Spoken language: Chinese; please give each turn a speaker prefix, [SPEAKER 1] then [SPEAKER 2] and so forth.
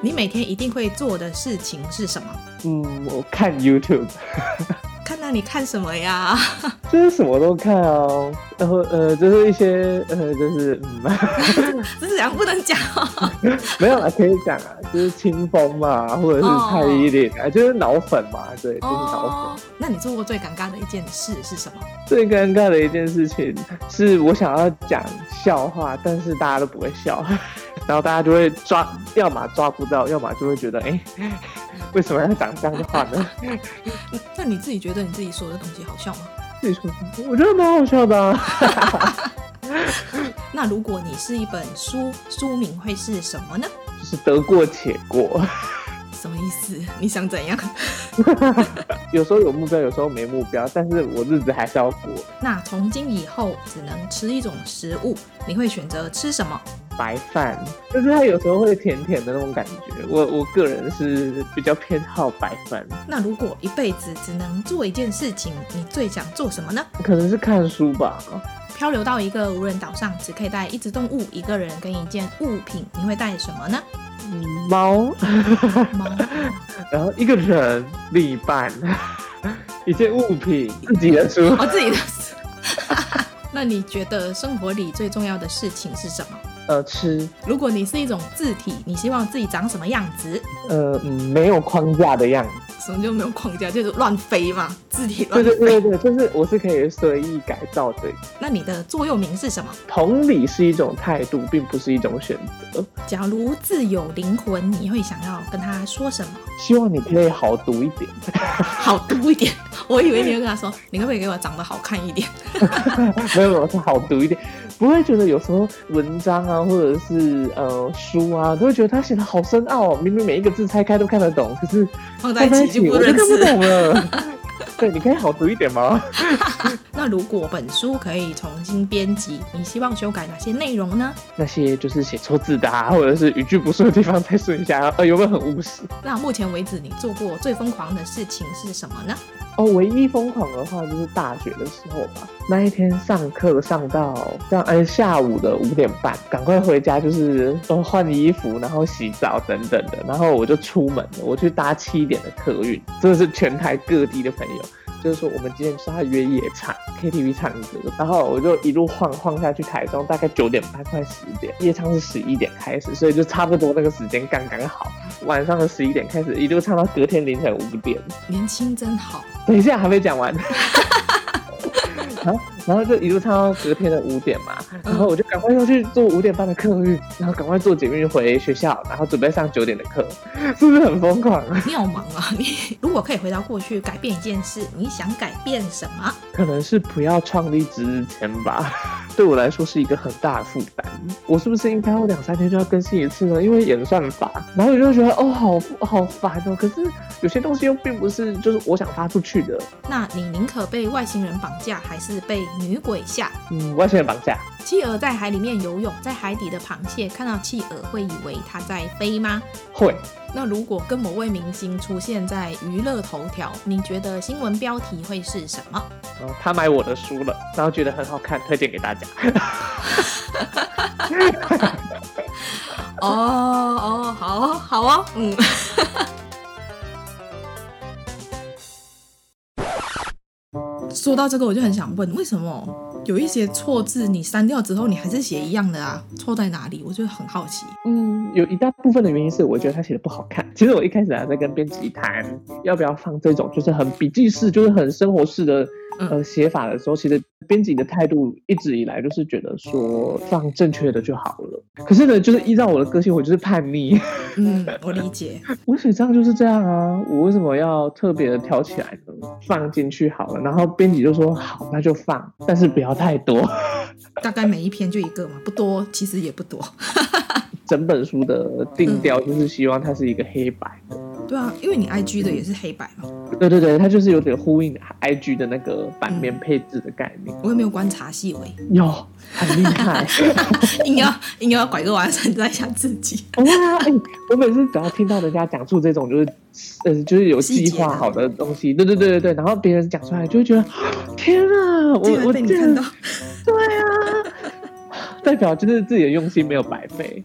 [SPEAKER 1] 你每天一定会做的事情是什么？
[SPEAKER 2] 嗯，我看 YouTube，
[SPEAKER 1] 看到你看什么呀？
[SPEAKER 2] 就是什么都看啊，然后呃，就是一些呃，就是嗯，
[SPEAKER 1] 只是讲不能讲、
[SPEAKER 2] 没 有啊，可以讲啊，就是清风嘛，或者是蔡依林啊，就是脑粉嘛，对，就是脑粉。
[SPEAKER 1] 哦，那你做过最尴尬的一件事是什么？
[SPEAKER 2] 最尴尬的一件事情是我想要讲笑话，但是大家都不会笑， 然后大家就会抓，要么抓不到，要么就会觉得，哎、 为什么要讲这样的话 呢？
[SPEAKER 1] 那你自己觉得你自己说的东西好笑吗？
[SPEAKER 2] 自己说，我觉得蛮好笑的、啊。
[SPEAKER 1] 那如果你是一本书，书名会是什么呢？
[SPEAKER 2] 就是得过且过，
[SPEAKER 1] 什么意思？ 你想怎样？
[SPEAKER 2] 有时候有目标，有时候没目标，但是我日子还是要过。
[SPEAKER 1] 那从今以后只能吃一种食物，你会选择吃什么？
[SPEAKER 2] 白饭，就是它有时候会甜甜的那种感觉。我我个人是比较偏好白饭，
[SPEAKER 1] 那如果一辈子只能做一件事情，你最想做什么呢？
[SPEAKER 2] 可能是看书吧。
[SPEAKER 1] 漂流到一个无人岛上，只可以带一只动物、一个人跟一件物品，你会带什么呢？
[SPEAKER 2] 嗯猫，
[SPEAKER 1] 猫。
[SPEAKER 2] 然后一个人，另一半，一件物品，自己的书。
[SPEAKER 1] 哦，自己的事。那你觉得生活里最重要的事情是什么？
[SPEAKER 2] 呃，吃，
[SPEAKER 1] 如果你是一种字体，你希望自己长什么样子？
[SPEAKER 2] 呃，嗯，没有框架的样子。
[SPEAKER 1] 什么就没有框架，就是乱飞嘛，字体
[SPEAKER 2] 对
[SPEAKER 1] 乱
[SPEAKER 2] 对
[SPEAKER 1] 飞。
[SPEAKER 2] 对对对，就是我是可以随意改造的。
[SPEAKER 1] 那你的座右铭是什么？
[SPEAKER 2] 同理是一种态度，并不是一种选择。
[SPEAKER 1] 假如字有灵魂，你会想要跟他说什么？
[SPEAKER 2] 希望你可以好读一点。
[SPEAKER 1] 好读一点。 我以为你会跟他说，你可不可以给我长得好看一点？
[SPEAKER 2] 没有没有，是好读一点，不会觉得有时候文章啊，或者是呃书啊，都会觉得他写的好深奥、哦，明明每一个字拆开都看得懂，可是
[SPEAKER 1] 放在一起就不
[SPEAKER 2] 我就
[SPEAKER 1] 认
[SPEAKER 2] 看不
[SPEAKER 1] 识。
[SPEAKER 2] 懂了。对，你可以好读一点吗？
[SPEAKER 1] 那如果本书可以重新编辑，你希望修改哪些内容呢？
[SPEAKER 2] 那些就是写错字的啊，或者是语句不顺的地方再顺一下，呃，有没有很务实？
[SPEAKER 1] 那目前为止你做过最疯狂的事情是什么呢？
[SPEAKER 2] 哦，唯一疯狂的话就是大学的时候吧，那一天上课上到这样，嗯，下午的五点半，赶快回家，就是呃换衣服，然后洗澡等等的，然后我就出门了，我去搭七点的客运，真的是全台各地的朋友。就是说，我们今天是要约野唱 KTV 唱歌，然后我就一路晃晃下去台中，大概九点半快十点，夜唱是十一点开始，所以就差不多那个时间刚刚好。晚上的十一点开始，一路唱到隔天凌晨五点，
[SPEAKER 1] 年轻真好，
[SPEAKER 2] 等一下还没讲完。然后，然后就一路唱到隔天的五点嘛，然后我就赶快要去做五点半的客运，然后赶快做捷运回学校，然后准备上九点的课，是不是很疯狂？
[SPEAKER 1] 你好忙啊！ 你如果可以回到过去改变一件事，你想改变什么？
[SPEAKER 2] 可能是不要创立值日签吧， 对我来说是一个很大的负担。我是不是应该要两三天就要更新一次呢？因为演算法，然后我就觉得哦，好好烦哦。可是有些东西又并不是就是我想发出去的，
[SPEAKER 1] 那你宁可被外星人绑架，还是被女鬼吓？
[SPEAKER 2] 嗯，外星人绑架。
[SPEAKER 1] 企鹅在海里面游泳，在海底的螃蟹看到企鹅会以为它在飞吗？
[SPEAKER 2] 会，
[SPEAKER 1] 那如果跟某位明星出现在娱乐头条，你觉得新闻标题会是什么？
[SPEAKER 2] 然后他买我的书了，然后觉得很好看，推荐给大家。
[SPEAKER 1] 哦哦，好哦，好哦，嗯。 说到这个，我就很想问，为什么有一些错字你删掉之后，你还是写一样的啊？错在哪里？我就很好奇。
[SPEAKER 2] 嗯，有一大部分的原因是我觉得他写的不好看。其实我一开始还在跟编辑谈要不要放这种就是很笔记式、就是很生活式的
[SPEAKER 1] 嗯
[SPEAKER 2] 呃写法的时候，其实编辑的态度一直以来就是觉得说放正确的就好了。可是呢，就是依照我的个性，我就是叛逆，
[SPEAKER 1] 嗯，我理解。
[SPEAKER 2] 我写这样就是这样啊，我为什么要特别的挑起来呢？放进去好了。然后编辑就说好，那就放，但是不要太多。
[SPEAKER 1] 大概每一篇就一个嘛，不多，其实也不多。
[SPEAKER 2] 整本书的
[SPEAKER 1] 嗯
[SPEAKER 2] 定调就是希望它是一个黑白。
[SPEAKER 1] 对啊，因为你 IG 的也是黑白嘛，
[SPEAKER 2] 对对对，它就是有点呼应 IG 的那个版
[SPEAKER 1] 嗯
[SPEAKER 2] 面配置的概念，
[SPEAKER 1] 我也没有观察细微，
[SPEAKER 2] 有很厉害。
[SPEAKER 1] 硬要硬要拐个弯 称赞一下自己。
[SPEAKER 2] 哇、哎，我每次只要听到人家讲出这种就是呃就是有计划好的东西，对对对对对，然后别人讲出来就会觉得天啊，我
[SPEAKER 1] 竟然
[SPEAKER 2] 我
[SPEAKER 1] 被你看到，
[SPEAKER 2] 对啊， 代表就是自己的用心没有白费。